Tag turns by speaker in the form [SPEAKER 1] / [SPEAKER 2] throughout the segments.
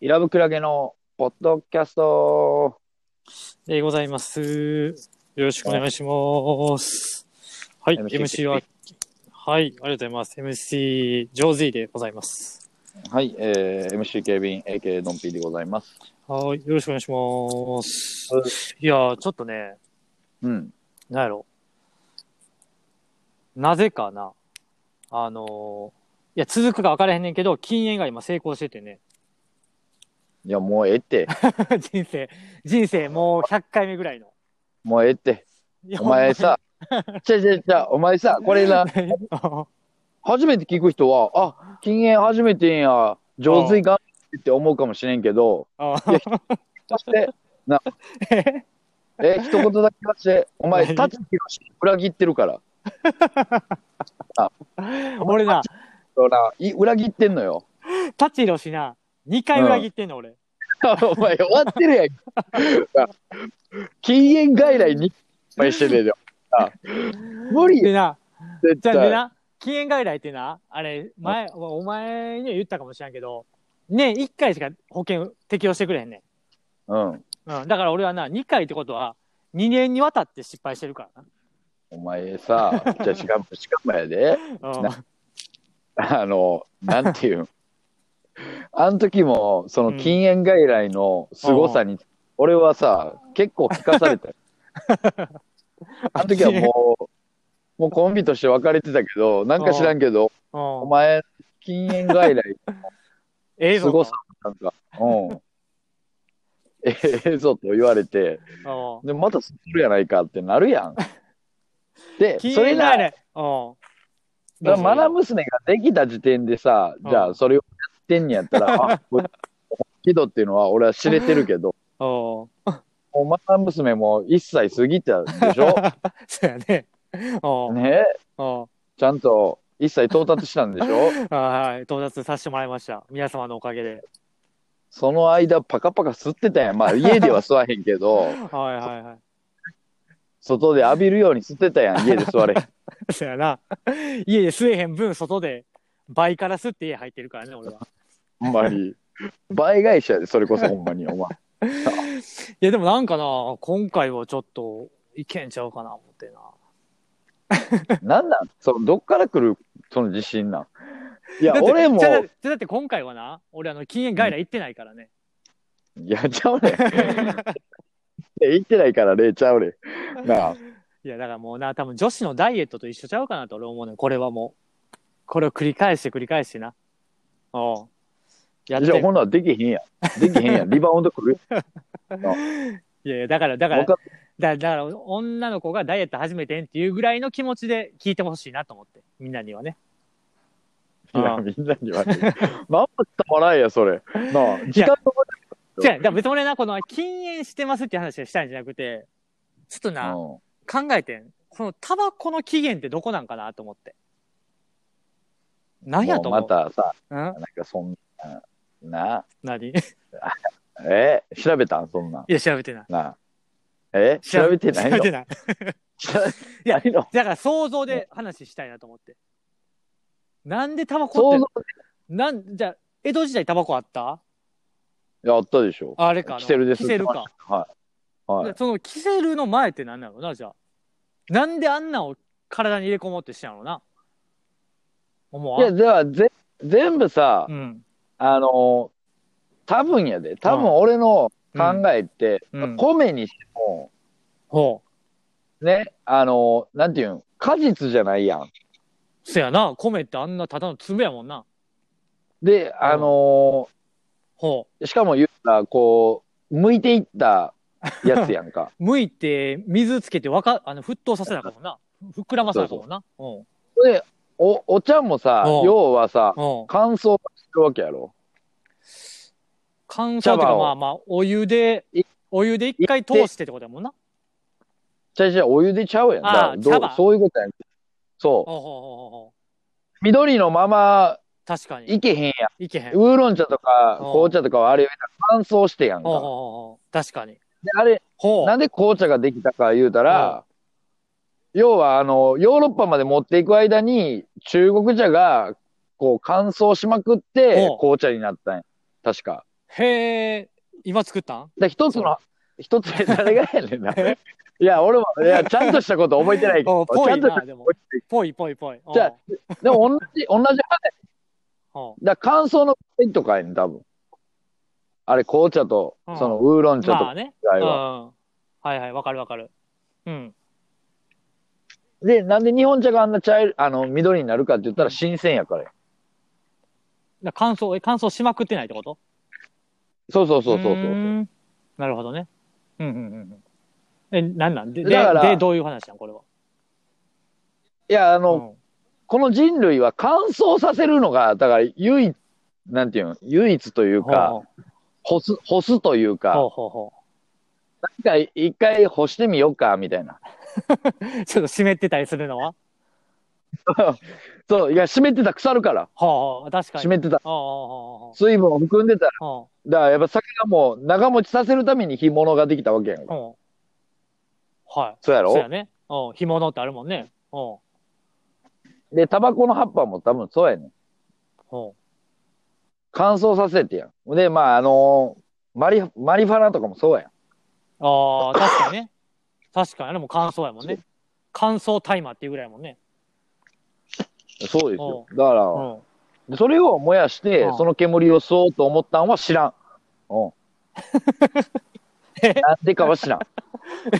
[SPEAKER 1] イラブクラゲのポッドキャスト。
[SPEAKER 2] でございます。よろしくお願いします。はい、
[SPEAKER 1] MC
[SPEAKER 2] MC は、はい、ありがとうございます。MC、ジョーズィーでございます。
[SPEAKER 1] はい、えー、MC 警備員 AK ドンピーでございます。
[SPEAKER 2] はい、よろしくお願いします。いやー、ちょっとね、
[SPEAKER 1] うん。
[SPEAKER 2] なんやろ。なぜかな、あのーいや、続くか分からへんねんけど、禁煙が今成功しててね、
[SPEAKER 1] いや、もうええって。
[SPEAKER 2] 人生、人生もう100回目ぐらいの。
[SPEAKER 1] もうええって。
[SPEAKER 2] いや
[SPEAKER 1] お 前、さ、ちゃちゃちゃ、お前さ、これな、
[SPEAKER 2] ほんまに
[SPEAKER 1] 初めて聞く人は、あ、禁煙初めてんや、上手いかって思うかもしれんけど、
[SPEAKER 2] あー
[SPEAKER 1] そして、な、え、一言だけ言わせて、お前、
[SPEAKER 2] 何
[SPEAKER 1] 舘ひろし裏切ってるから。
[SPEAKER 2] 俺な、
[SPEAKER 1] そうない裏切ってんのよ。
[SPEAKER 2] タチロシな、2回裏切ってんの、俺。
[SPEAKER 1] お前、終わってるやん。禁煙外来にいっぱいしてる よ。あ無理よ
[SPEAKER 2] でな、
[SPEAKER 1] 絶
[SPEAKER 2] じゃあで
[SPEAKER 1] 対。
[SPEAKER 2] な、禁煙外来ってな、あれ、前、お前には言ったかもしれんけど、ね、1回しか保険適用してくれへんね
[SPEAKER 1] うん。
[SPEAKER 2] ん。うん。だから俺はな、2回ってことは、2年にわたって失敗してるから
[SPEAKER 1] お前さ、じゃあしかも、しかもやで、
[SPEAKER 2] な。うん。
[SPEAKER 1] なあの、なんていうん。あの時も、その禁煙外来の凄さに、俺はさ、結構聞かされ たよ。あの時はもう、もうコンビとして別れてたけど、なんか知らんけど、
[SPEAKER 2] う
[SPEAKER 1] お
[SPEAKER 2] ん。
[SPEAKER 1] 前、禁煙外来
[SPEAKER 2] ええぞ。
[SPEAKER 1] 凄さなんか、うん。 ええぞと言われて、
[SPEAKER 2] うん。
[SPEAKER 1] で、またするやないかってなるやん。 で、
[SPEAKER 2] 禁
[SPEAKER 1] それ
[SPEAKER 2] 煙
[SPEAKER 1] な
[SPEAKER 2] 外、来。うん。
[SPEAKER 1] だからマナ娘ができた時点でさ、
[SPEAKER 2] うん
[SPEAKER 1] じゃあそれをやってんやった ら、あ、これ喜怒っていうのは俺は知れてるけど、
[SPEAKER 2] うん。
[SPEAKER 1] もうマナ娘も1歳過ぎたでし ょ
[SPEAKER 2] そうやね。うん。うん。
[SPEAKER 1] ね
[SPEAKER 2] あ
[SPEAKER 1] ちゃんと1歳到達したんでしょ
[SPEAKER 2] はい。到達させてもらいました。皆様のおかげで。
[SPEAKER 1] その間パカパカ吸ってたやん。まあ家では吸わへんけど、
[SPEAKER 2] はいはいはい。
[SPEAKER 1] 外で浴びるように吸ってたやん。家で吸われへん。
[SPEAKER 2] そやな。家で吸えへん分、外で倍から吸って家入ってるからね、俺は。
[SPEAKER 1] ほんまに。倍返しやで、それこそほんまに。お前。
[SPEAKER 2] いや、でもなんかな、今回はちょっと、いけんちゃうかな、思ってな。
[SPEAKER 1] なんなんそのどっから来るその自信なん。いや
[SPEAKER 2] だ、って
[SPEAKER 1] 俺も
[SPEAKER 2] じ、ゃあだってだって今回はな、俺、あの、禁煙外来行ってないからね。
[SPEAKER 1] いやちゃうねん。 え行ってないからね、ちゃうねん。なあ、
[SPEAKER 2] いや、だからもうな、多分女子のダイエットと一緒ちゃうかなと俺思うねんこれはもう。これを繰り返して繰り返してな。おうやっ
[SPEAKER 1] じゃあ
[SPEAKER 2] て。
[SPEAKER 1] ほんならできへんやん。できへんや ん。リバウンド来る。
[SPEAKER 2] いやいや、だから、だから、
[SPEAKER 1] わ
[SPEAKER 2] だか、
[SPEAKER 1] から
[SPEAKER 2] だから女の子がダイエット始めてんっていうぐらいの気持ちで聞いてほしいなと思って、みんなにはね。
[SPEAKER 1] いや
[SPEAKER 2] ああ
[SPEAKER 1] みんなに言われて。なんも伝わらんや、それ。なあ、時間とか
[SPEAKER 2] じゃあ、だから別に俺な、この禁煙してますって話をしたいんじゃなくて、ちょっとな、
[SPEAKER 1] うん
[SPEAKER 2] 考えてん。このタバコの起源ってどこなんかなと思って。何やと
[SPEAKER 1] もう
[SPEAKER 2] 思
[SPEAKER 1] ま
[SPEAKER 2] う
[SPEAKER 1] たさ、
[SPEAKER 2] うん
[SPEAKER 1] なんかそんな、な
[SPEAKER 2] 何 い
[SPEAKER 1] あ、え調べたんそんなん。
[SPEAKER 2] や、調べてない。
[SPEAKER 1] なあ。え調べてない
[SPEAKER 2] 調べ
[SPEAKER 1] の
[SPEAKER 2] てない。
[SPEAKER 1] 調べ
[SPEAKER 2] い
[SPEAKER 1] て な
[SPEAKER 2] や
[SPEAKER 1] いの
[SPEAKER 2] だから想像で話したいなと思って。なんでタバコ
[SPEAKER 1] 想
[SPEAKER 2] っ
[SPEAKER 1] 像
[SPEAKER 2] て、なん、じゃあ江戸時代タバコあった
[SPEAKER 1] いやあったでしょ。
[SPEAKER 2] あれかな。
[SPEAKER 1] キセルです
[SPEAKER 2] キセルか。
[SPEAKER 1] はい。
[SPEAKER 2] そのキセルの前って何なのな、じゃあ。なんであんなを体に入れ込もうってしたのな。思
[SPEAKER 1] い
[SPEAKER 2] わ
[SPEAKER 1] や、
[SPEAKER 2] ん
[SPEAKER 1] では、ぜ全部さ、
[SPEAKER 2] うん。
[SPEAKER 1] あの多分やで、多分俺の考えって、
[SPEAKER 2] うんうん
[SPEAKER 1] 米にしても、
[SPEAKER 2] ほう。
[SPEAKER 1] ね、あのなんていうん、果実じゃないやん。
[SPEAKER 2] そやな、米ってあんなただの粒やもんな。
[SPEAKER 1] で、あの
[SPEAKER 2] ほ
[SPEAKER 1] しかも言ったら、こう、剥いていったやつやん か。
[SPEAKER 2] う。剥いて、水つけてわか、あの、沸騰させなあかんもんな。膨らませなあかんもんな。うん。
[SPEAKER 1] で、お、お茶もさ、
[SPEAKER 2] うん
[SPEAKER 1] 要はさ、
[SPEAKER 2] うん。
[SPEAKER 1] 乾燥してるわけやろ。
[SPEAKER 2] 乾燥と
[SPEAKER 1] 茶葉
[SPEAKER 2] か、
[SPEAKER 1] を
[SPEAKER 2] まあまあ、お湯で
[SPEAKER 1] い、
[SPEAKER 2] お湯で一回通してってことやもんな。
[SPEAKER 1] ちゃいちゃい、お湯でちゃうやん。
[SPEAKER 2] あー
[SPEAKER 1] だからどう
[SPEAKER 2] 茶葉
[SPEAKER 1] そういうことやん。そ
[SPEAKER 2] ほうほうほうほう。
[SPEAKER 1] う。緑のまま
[SPEAKER 2] 確かに。
[SPEAKER 1] いけへんやん。
[SPEAKER 2] いけへん。ほう
[SPEAKER 1] ウーロン茶とか
[SPEAKER 2] うん
[SPEAKER 1] 紅茶とかはあれ乾燥してやん
[SPEAKER 2] ほうほう
[SPEAKER 1] か。
[SPEAKER 2] ほう。確かに。
[SPEAKER 1] で、あれ、
[SPEAKER 2] ほ
[SPEAKER 1] なんで紅茶ができたか言うたら、要はあの、ヨーロッパまで持っていく間に、中国茶がこう乾燥しまくって
[SPEAKER 2] お、
[SPEAKER 1] 紅茶になったんや。確か。
[SPEAKER 2] へえ、今作ったん
[SPEAKER 1] で一つの一つで誰がやねんな いや俺もいやちゃんとしたこと覚えてないけ
[SPEAKER 2] お
[SPEAKER 1] ど
[SPEAKER 2] うぽ
[SPEAKER 1] ちゃ
[SPEAKER 2] い
[SPEAKER 1] んとした
[SPEAKER 2] な、でも
[SPEAKER 1] 覚。えて
[SPEAKER 2] ぽいぽいぽい。
[SPEAKER 1] じゃあないでも同じ同じ話
[SPEAKER 2] あ、うん
[SPEAKER 1] だから乾燥の場合とかやねん多分あれ紅茶と
[SPEAKER 2] うん
[SPEAKER 1] そのウーロン茶と
[SPEAKER 2] まあ
[SPEAKER 1] か
[SPEAKER 2] ね。
[SPEAKER 1] ぐら
[SPEAKER 2] う
[SPEAKER 1] い
[SPEAKER 2] ん。
[SPEAKER 1] は、
[SPEAKER 2] はいはい、わかるわかる。うん。
[SPEAKER 1] でなんで日本茶があんな茶色あの緑になるかって言った
[SPEAKER 2] うん
[SPEAKER 1] ら新鮮やからや
[SPEAKER 2] だ乾燥、え、乾燥しまくってないってこと
[SPEAKER 1] そうそうそうそうそう
[SPEAKER 2] ーんなるほどね。うんうんうんうん。え、なんなんで、で
[SPEAKER 1] だから
[SPEAKER 2] で、どういう話なんこれは。
[SPEAKER 1] いやあの、
[SPEAKER 2] うん
[SPEAKER 1] この人類は乾燥させるのがだから唯一なんていうの唯一というか
[SPEAKER 2] ほう
[SPEAKER 1] 干す干すという
[SPEAKER 2] ほう
[SPEAKER 1] か
[SPEAKER 2] ほうほ
[SPEAKER 1] なんか一回干してみようかみたいな
[SPEAKER 2] う。ちょっと湿ってたりするのは
[SPEAKER 1] そういや湿ってた腐るから
[SPEAKER 2] ほうほう、確かに。
[SPEAKER 1] 湿ってた
[SPEAKER 2] ほうほうほう
[SPEAKER 1] 水分を含んでたら
[SPEAKER 2] ほ
[SPEAKER 1] だからやっぱ酒がもう長持ちさせるために干物ができたわけやん
[SPEAKER 2] う。
[SPEAKER 1] か
[SPEAKER 2] ほう。はい。
[SPEAKER 1] そうやろ
[SPEAKER 2] そうやね。うん。干物ってあるもんね。うん。
[SPEAKER 1] でタバコの葉っぱも多分そうやねん
[SPEAKER 2] ほ
[SPEAKER 1] 乾燥させてやんでまああのーマリマリファナとかもそうやん
[SPEAKER 2] う。ああ、確かにね。確かに。あれも乾燥やもんね。乾燥タイマーっていうぐらいやもんね。
[SPEAKER 1] そうですよだから、
[SPEAKER 2] うん。
[SPEAKER 1] でそれを燃やして、
[SPEAKER 2] うん
[SPEAKER 1] その煙を吸おうと思ったんは知らん。 うん。なんでかは知らん。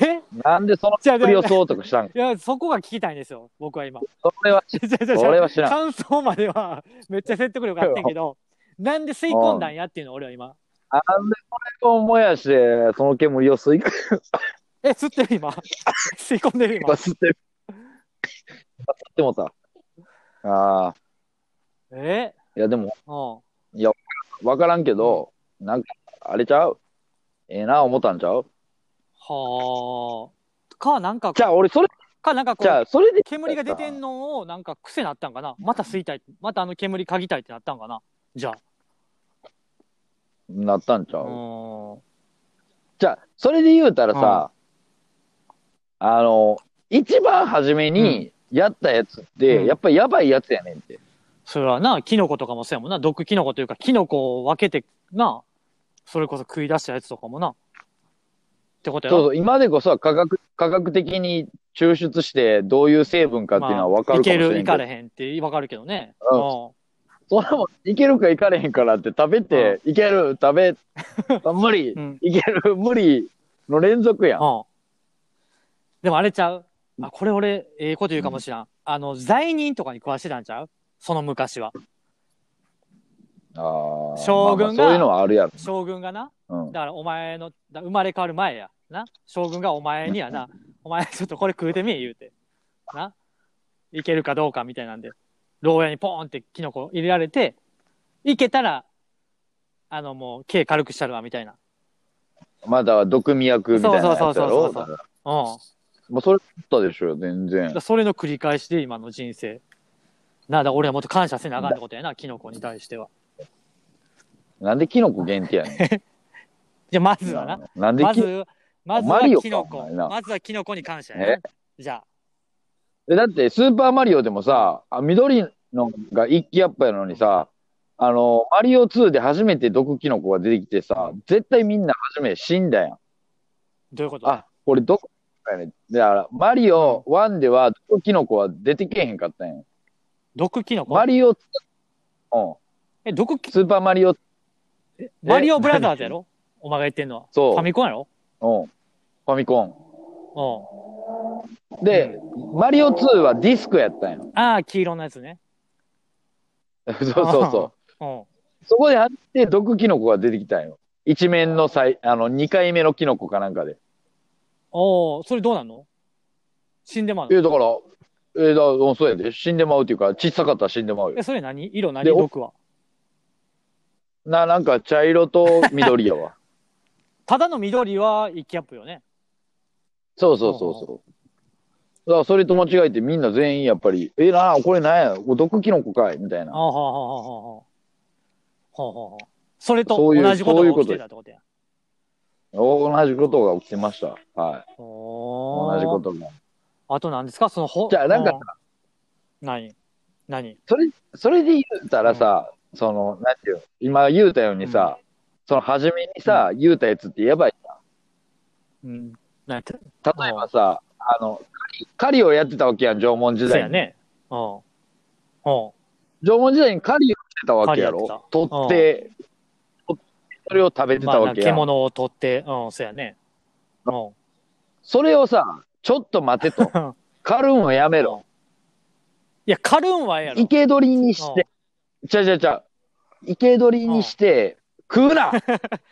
[SPEAKER 2] え
[SPEAKER 1] なんでそ の煙を吸おうとかしたんか。
[SPEAKER 2] いや、そこが聞きたいんですよ。僕は今。
[SPEAKER 1] それは 知それは知らん
[SPEAKER 2] 感想までは めっちゃ説得力あった けど、なんで吸い込んだんやっていうの、俺は今。
[SPEAKER 1] らん。なんでそれを燃やして、その煙を吸い、
[SPEAKER 2] え、吸ってる今。 吸い込んでる今。
[SPEAKER 1] 吸って る。吸ってもた。ああ。
[SPEAKER 2] え
[SPEAKER 1] いや、でも、
[SPEAKER 2] うん。
[SPEAKER 1] わからんけど、なんか、あれちゃうええな、思ったんちゃう
[SPEAKER 2] はあ。か、なんか、
[SPEAKER 1] じゃあ、俺、それ、
[SPEAKER 2] か、なんかこ
[SPEAKER 1] じゃ
[SPEAKER 2] う、
[SPEAKER 1] あ、それで。
[SPEAKER 2] 煙が出てんのを、なんか癖なったんかな。また吸いたい。またあの煙嗅ぎたいってなったんかな。じゃ
[SPEAKER 1] なったんちゃ
[SPEAKER 2] あ。
[SPEAKER 1] う、
[SPEAKER 2] うーん。
[SPEAKER 1] じゃあそれで言うたらさ、あの一番初めにやったやつって、
[SPEAKER 2] うん
[SPEAKER 1] やっぱりやばいやつやねんって
[SPEAKER 2] それはな、キノコとかもそうやもんな。毒キノコというか、キノコを分けて、な、それこそ食い出したやつとかもな。ってことや
[SPEAKER 1] そう
[SPEAKER 2] ろ
[SPEAKER 1] そう今でこそは科学科学的に抽出してどういう成分かっていうのは分かるかもしれ
[SPEAKER 2] ま
[SPEAKER 1] ないけど、
[SPEAKER 2] あいける、いかれへんって分かるけどね。
[SPEAKER 1] う
[SPEAKER 2] う
[SPEAKER 1] そんなもんいけるかいかれへんからって食べて、いける食 べ無理、
[SPEAKER 2] ん。うん。
[SPEAKER 1] いける無理の連続やん、
[SPEAKER 2] うんでもあれちゃうあ、これ俺、ええこと言うかもしらん。あの、罪人とかに詳してたんちゃうその昔は。
[SPEAKER 1] あー
[SPEAKER 2] 将軍
[SPEAKER 1] ま
[SPEAKER 2] が
[SPEAKER 1] あまあそういうのはあるやろ、
[SPEAKER 2] 将軍がな、
[SPEAKER 1] うん、
[SPEAKER 2] だからお前の、だ生まれ変わる前や。な。将軍がお前に やな、お前ちょっとこれ食うてみえ言うて。な。いけるかどうかみたいなんで、牢屋にポーンってキノコ入れられて、いけたら、あのもう刑軽くしたるわみたいな。
[SPEAKER 1] まだ毒味役みたいなやつやろ
[SPEAKER 2] そうそうそうそうそう
[SPEAKER 1] だから
[SPEAKER 2] うん。
[SPEAKER 1] もうそれだったでしょ全然
[SPEAKER 2] だからそれの繰り返しで今の人生なあだから俺はもっと感謝せなあかんってことやなキノコに対しては
[SPEAKER 1] なんでキノコ限定やねん。
[SPEAKER 2] じゃあまずはな
[SPEAKER 1] なんで
[SPEAKER 2] ま
[SPEAKER 1] キ
[SPEAKER 2] ずまずは
[SPEAKER 1] マリオか
[SPEAKER 2] キノ
[SPEAKER 1] お
[SPEAKER 2] コ
[SPEAKER 1] 前な
[SPEAKER 2] まずはキノコに感謝やなじゃ
[SPEAKER 1] えだってスーパーマリオでもさ、あ緑のが一気アップやのにさ、あの、マリオ2で初めて毒キノコが出てきてさ、絶対みんな初め死んだやん。
[SPEAKER 2] どういうこと
[SPEAKER 1] あ、これ毒キノコやねん。だから、マリオ1では毒キノコは出てけえへんかったんやん。
[SPEAKER 2] 毒キノコ
[SPEAKER 1] マリオ2、うん、
[SPEAKER 2] え毒キ
[SPEAKER 1] スーパーマリオ、
[SPEAKER 2] マリオブラザーズやろお前が言ってんのは
[SPEAKER 1] そう
[SPEAKER 2] ファミコンやろ
[SPEAKER 1] うん、ファミコ
[SPEAKER 2] う
[SPEAKER 1] ン。で、マリオ2はディスクやったんやん。
[SPEAKER 2] んああ黄色のやつね
[SPEAKER 1] そうそうそう。
[SPEAKER 2] うん
[SPEAKER 1] そこであって毒キノコが出てきたんよ。一面の最、あの、二回目のキノコかなんかで。
[SPEAKER 2] おおそれどうなんの死んでまう
[SPEAKER 1] え、
[SPEAKER 2] の
[SPEAKER 1] だから、え、だうんそうやで。死んでまうっていうか、小さかったら死んでまうよ
[SPEAKER 2] え。それ何色何
[SPEAKER 1] でお
[SPEAKER 2] 毒は
[SPEAKER 1] な、なんか茶色と緑やわ。
[SPEAKER 2] ただの緑は一気アップよね
[SPEAKER 1] そうそうそうそう。だからそれと間違えてみんな全員やっぱり、えなあ、これなんや、毒キノコかいみたい
[SPEAKER 2] あ
[SPEAKER 1] な。
[SPEAKER 2] あはあはあはあはあはあはあはあそれと
[SPEAKER 1] そういう
[SPEAKER 2] 同じこと
[SPEAKER 1] そうい
[SPEAKER 2] が
[SPEAKER 1] う
[SPEAKER 2] 起
[SPEAKER 1] こと
[SPEAKER 2] きて
[SPEAKER 1] です
[SPEAKER 2] たってことや
[SPEAKER 1] 同じことが起きてました。はい。
[SPEAKER 2] お。
[SPEAKER 1] 同じこととが。
[SPEAKER 2] あと何ですかそのほ
[SPEAKER 1] じゃあなんか、
[SPEAKER 2] うん何何
[SPEAKER 1] それで言うたらさ、その、なんていうの今言うたようにさ、その初めにさ、言うたやつってやばいじ
[SPEAKER 2] うん。なんて
[SPEAKER 1] ゃん。例えばさ、あの、狩り狩りをやってたわけやん、縄文時
[SPEAKER 2] そう
[SPEAKER 1] 代
[SPEAKER 2] や
[SPEAKER 1] に。
[SPEAKER 2] ね。うん。うん。
[SPEAKER 1] 縄文時代に狩りをしてたわけや
[SPEAKER 2] 狩りやっ
[SPEAKER 1] ろ
[SPEAKER 2] て。
[SPEAKER 1] 取って、取ってそれを食べて
[SPEAKER 2] まあ
[SPEAKER 1] た
[SPEAKER 2] な
[SPEAKER 1] わ
[SPEAKER 2] ん
[SPEAKER 1] け
[SPEAKER 2] か
[SPEAKER 1] やん。
[SPEAKER 2] 獣を取って、うん、そうやね。うん。
[SPEAKER 1] それをさ、ちょっと待てと。狩るんはやめろ。
[SPEAKER 2] いや、狩るんはええやろ。
[SPEAKER 1] 生け捕りにして、ちゃうちゃうちゃう。生け捕りにして、食うな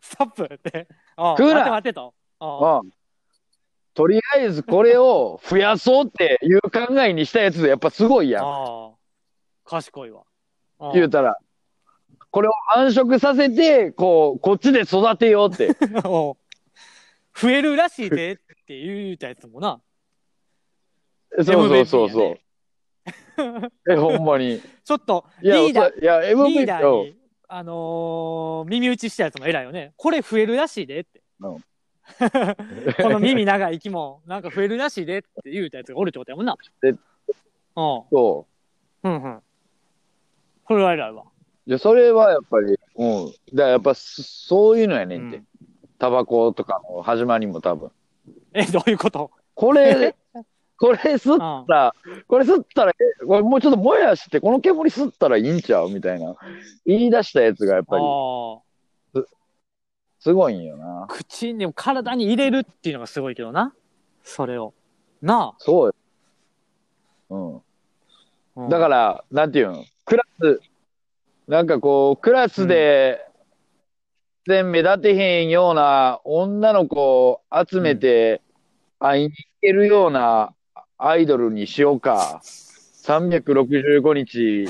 [SPEAKER 2] ストップって。うん
[SPEAKER 1] 食うな
[SPEAKER 2] 待て待てと。うん
[SPEAKER 1] うん。とりあえずこれを増やそうっていう考えにしたやつやっぱすごいやん。
[SPEAKER 2] ああ。賢いわ。うん
[SPEAKER 1] 言うたら、これを繁殖させて、こう、こっちで育てようって。
[SPEAKER 2] うん増えるらしいでって言うたやつもな。
[SPEAKER 1] そうそうそう
[SPEAKER 2] MVP
[SPEAKER 1] そ
[SPEAKER 2] や
[SPEAKER 1] う
[SPEAKER 2] ね。
[SPEAKER 1] え、ほんまに。
[SPEAKER 2] ちょっと
[SPEAKER 1] いや、
[SPEAKER 2] リーダー、
[SPEAKER 1] そういや、
[SPEAKER 2] リー
[SPEAKER 1] MVP
[SPEAKER 2] ダー
[SPEAKER 1] を
[SPEAKER 2] に、あのー耳打ちしたやつも偉いよね。これ増えるらしいでって。
[SPEAKER 1] うん
[SPEAKER 2] この耳長い生き物、なんか増えるらしいでって言うたやつがおるってことやもんな。
[SPEAKER 1] え
[SPEAKER 2] うん。
[SPEAKER 1] そ
[SPEAKER 2] うんうん。これは偉いわ。
[SPEAKER 1] う。いや、それはやっぱり、うん。だからやっぱ、そそういうのやねんっ
[SPEAKER 2] う
[SPEAKER 1] て
[SPEAKER 2] ん。
[SPEAKER 1] タバコとかの始まりも多分。
[SPEAKER 2] え、どういうこと
[SPEAKER 1] こ れ、これ吸ったら、これ吸ったら、えこれもうちょっともやして、この煙吸ったらいいんちゃうみたいな。言い出したやつがやっ
[SPEAKER 2] あ
[SPEAKER 1] ぱ
[SPEAKER 2] あ
[SPEAKER 1] り、
[SPEAKER 2] ー。
[SPEAKER 1] すごいんよな。
[SPEAKER 2] 口に、でも体に入れるっていうのがすごいけどな。それを。な
[SPEAKER 1] そうよ。
[SPEAKER 2] あ。、
[SPEAKER 1] うん。だからら、なんていうのクラス、なんかこう、クラスで、全然目立てへんような女の子を集めて、会いに行けるようなアイドルにしようか。365日、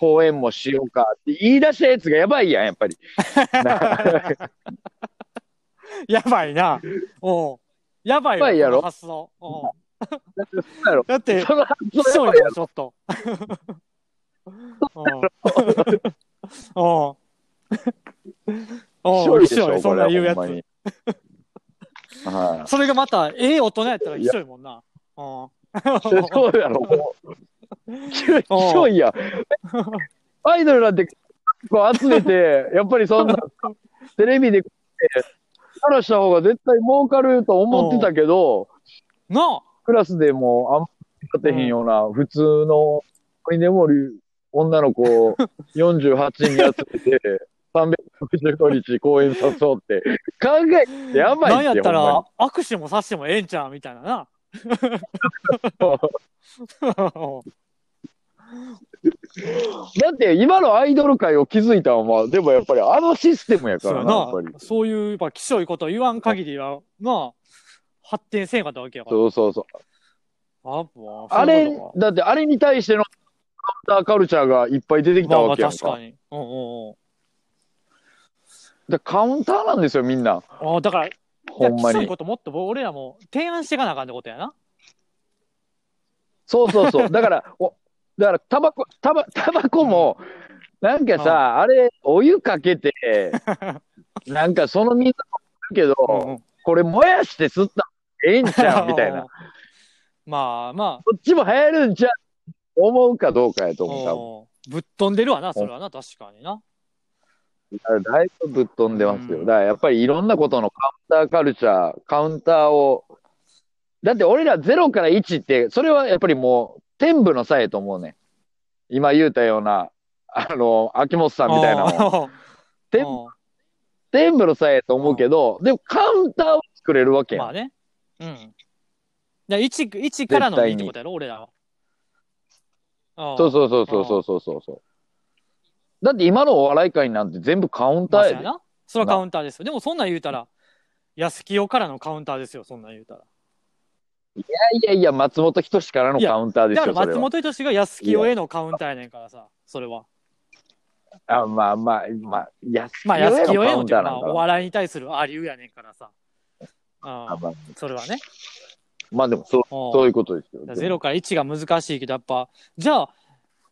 [SPEAKER 1] 公演もしようかって言い出したやつがやばいやん、やっ ぱり。
[SPEAKER 2] やばいな。おうやばい
[SPEAKER 1] やばいやろ
[SPEAKER 2] この発想。おう
[SPEAKER 1] やろ
[SPEAKER 2] だって、
[SPEAKER 1] その 発
[SPEAKER 2] き
[SPEAKER 1] 想
[SPEAKER 2] そ
[SPEAKER 1] や
[SPEAKER 2] う
[SPEAKER 1] ば
[SPEAKER 2] や
[SPEAKER 1] いや
[SPEAKER 2] な、ちょっと。おうお
[SPEAKER 1] ろ。
[SPEAKER 2] う、
[SPEAKER 1] 一緒で
[SPEAKER 2] きそう
[SPEAKER 1] しょ
[SPEAKER 2] や、そ
[SPEAKER 1] これ
[SPEAKER 2] んな
[SPEAKER 1] は
[SPEAKER 2] 言うや
[SPEAKER 1] ほんま
[SPEAKER 2] つ。
[SPEAKER 1] には
[SPEAKER 2] それがまた、ええ大人やったらきそいもんな。おう
[SPEAKER 1] い。 そうや ろ、もう。きょいやん。アイドルなんて、こう集めて、 やっぱりそんな、テレビで、話した方が絶対儲かると思ってたけど、
[SPEAKER 2] なあ
[SPEAKER 1] クラスでもあんまり立てへんような、普通の、こにでもる女の子を48人集めて、365日公演誘うって、考えてやばい
[SPEAKER 2] なん
[SPEAKER 1] って
[SPEAKER 2] やった
[SPEAKER 1] ほんま
[SPEAKER 2] ら握手もさしてもええんちゃうみたいなな。
[SPEAKER 1] にだって今のアイドル界を築いたのは、でもやっぱりあのシステムやか
[SPEAKER 2] そう
[SPEAKER 1] ら
[SPEAKER 2] や
[SPEAKER 1] な、やっぱり。
[SPEAKER 2] な。そういう、まあ、きしょいこと言わん限りは、まあ、発展せんかったわけやから。
[SPEAKER 1] そうそうそう。
[SPEAKER 2] あ、もう
[SPEAKER 1] あ
[SPEAKER 2] そうい
[SPEAKER 1] れ
[SPEAKER 2] うこ、
[SPEAKER 1] だってあれに対してのカウンターカルチャーがいっぱい出て
[SPEAKER 2] と
[SPEAKER 1] き
[SPEAKER 2] か
[SPEAKER 1] た
[SPEAKER 2] まあま
[SPEAKER 1] わ
[SPEAKER 2] あ
[SPEAKER 1] けやん
[SPEAKER 2] 確
[SPEAKER 1] か。
[SPEAKER 2] かに。うんうん
[SPEAKER 1] だからカウンターなんですよ、みんな。
[SPEAKER 2] うん。あだから、
[SPEAKER 1] ほんま
[SPEAKER 2] きしょい
[SPEAKER 1] に。
[SPEAKER 2] こともっと俺らも提案していかなあかんってことやな。
[SPEAKER 1] そうそうそう。 だから、おだから、タバコ、タバ、タバコも、なんかさ、あれ、お湯かけて、 なんかその水もあるけ
[SPEAKER 2] うんう
[SPEAKER 1] ど
[SPEAKER 2] ん、
[SPEAKER 1] これ燃やして吸ったらええんちゃうみたいな。
[SPEAKER 2] うん
[SPEAKER 1] こ
[SPEAKER 2] まあま
[SPEAKER 1] っちも流行るんちゃう思うかどうかやと
[SPEAKER 2] あ、
[SPEAKER 1] 思う。多分
[SPEAKER 2] うんぶっ飛んでるわな、それはな、確かにな。
[SPEAKER 1] だからだいぶぶっ飛んでますよ。
[SPEAKER 2] うん
[SPEAKER 1] だからやっぱりいろんなことのカウンターカルチャー、カウンターを、だって俺ら0から1って、それはやっぱりもう天部の差やと思うねん。今言うたような、あの、秋元さんみたいなの。
[SPEAKER 2] うん
[SPEAKER 1] 天天部の差やと思うけど、でもカウンターを作れるわけやん。
[SPEAKER 2] まあね。うん。じゃ一一からの2ってことやろ、俺らは。
[SPEAKER 1] そう
[SPEAKER 2] う
[SPEAKER 1] そうそうそうそうそうそうそう。だって今のお笑い界なんて全部カウン
[SPEAKER 2] ん。
[SPEAKER 1] タ
[SPEAKER 2] まあ
[SPEAKER 1] ー
[SPEAKER 2] そう
[SPEAKER 1] や
[SPEAKER 2] や
[SPEAKER 1] で。
[SPEAKER 2] な。それはカウンターですよ。でもそんなん言うたら、安清からのカウンターですよ、そんなん言うたら。
[SPEAKER 1] いやいや、松本人志からのカウンターで
[SPEAKER 2] だか
[SPEAKER 1] す
[SPEAKER 2] ら
[SPEAKER 1] よ、それ
[SPEAKER 2] 松
[SPEAKER 1] は。
[SPEAKER 2] 本人志が安清へのカウンターやねんからさ、それは。
[SPEAKER 1] あまあまあ、まあ、安
[SPEAKER 2] まあ安
[SPEAKER 1] 清
[SPEAKER 2] 清
[SPEAKER 1] の
[SPEAKER 2] へ
[SPEAKER 1] カウ
[SPEAKER 2] のっ
[SPEAKER 1] ン
[SPEAKER 2] てい
[SPEAKER 1] タ
[SPEAKER 2] う
[SPEAKER 1] ー
[SPEAKER 2] か、ま
[SPEAKER 1] な
[SPEAKER 2] あ
[SPEAKER 1] んか
[SPEAKER 2] お
[SPEAKER 1] な。
[SPEAKER 2] 笑いに対するありうやねんからさ。
[SPEAKER 1] あ
[SPEAKER 2] うん、
[SPEAKER 1] まあ
[SPEAKER 2] それはね。
[SPEAKER 1] まあでもそう、
[SPEAKER 2] うん
[SPEAKER 1] そういうことですよ。
[SPEAKER 2] ゼロから1が難しいけど、やっぱ、じゃあ、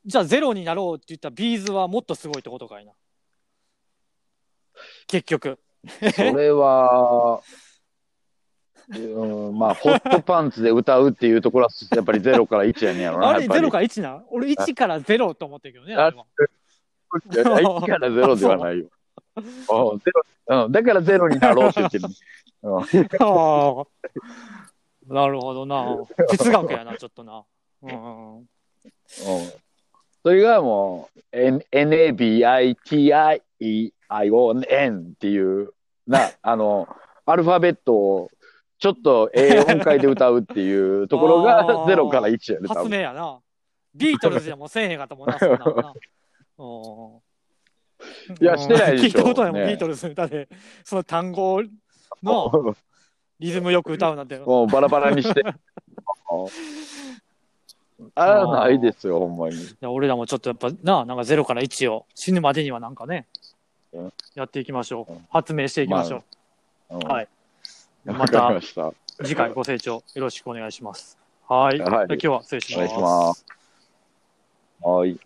[SPEAKER 2] じゃあゼロになろうって言ったビーズはもっとすごいってことかいな。結局。
[SPEAKER 1] それは、うん、まあ、ホットパンツで歌うっていうところは、やっぱりゼロから1やねんやろな。
[SPEAKER 2] あれ
[SPEAKER 1] やっぱ
[SPEAKER 2] ゼ
[SPEAKER 1] り
[SPEAKER 2] ロから1な俺1から0と思ってるけどね。
[SPEAKER 1] あ
[SPEAKER 2] あれは
[SPEAKER 1] 1からゼロではないよ。うんゼロうん、だからゼロになろうって言ってる。うん
[SPEAKER 2] ああなるほどな。哲学やな、ちょっとな。うんうん。
[SPEAKER 1] うんそれがもう、N- NABITIEION っていう、な、あの、アルファベットをちょっとええ音階で歌うっていうところ
[SPEAKER 2] あ
[SPEAKER 1] が
[SPEAKER 2] ー
[SPEAKER 1] 0から1やね、多
[SPEAKER 2] 発
[SPEAKER 1] 分。
[SPEAKER 2] 明やな。ビートルズじゃもうせえへんかと思う な、そんなのな。うん
[SPEAKER 1] いやしてないでしょ
[SPEAKER 2] 聞いたことないもん、
[SPEAKER 1] ね
[SPEAKER 2] ビートルズの歌で、その単語 のリズムよく歌うなんて。
[SPEAKER 1] もうバラバラに して。あらないですよ、ほんまに。
[SPEAKER 2] いや俺らもちょっとやっぱな、なんかゼロから1を死ぬまでにはなんかね
[SPEAKER 1] うん、
[SPEAKER 2] やっていきましょ
[SPEAKER 1] う。
[SPEAKER 2] うん発明していきましょう。
[SPEAKER 1] うん
[SPEAKER 2] はい。
[SPEAKER 1] わ
[SPEAKER 2] ま
[SPEAKER 1] かり
[SPEAKER 2] た
[SPEAKER 1] ました。
[SPEAKER 2] 次回ご清聴よろしくお願いします。はい。
[SPEAKER 1] はい
[SPEAKER 2] 今日は失礼し
[SPEAKER 1] お願
[SPEAKER 2] ま
[SPEAKER 1] いし
[SPEAKER 2] す
[SPEAKER 1] ま。す。はい。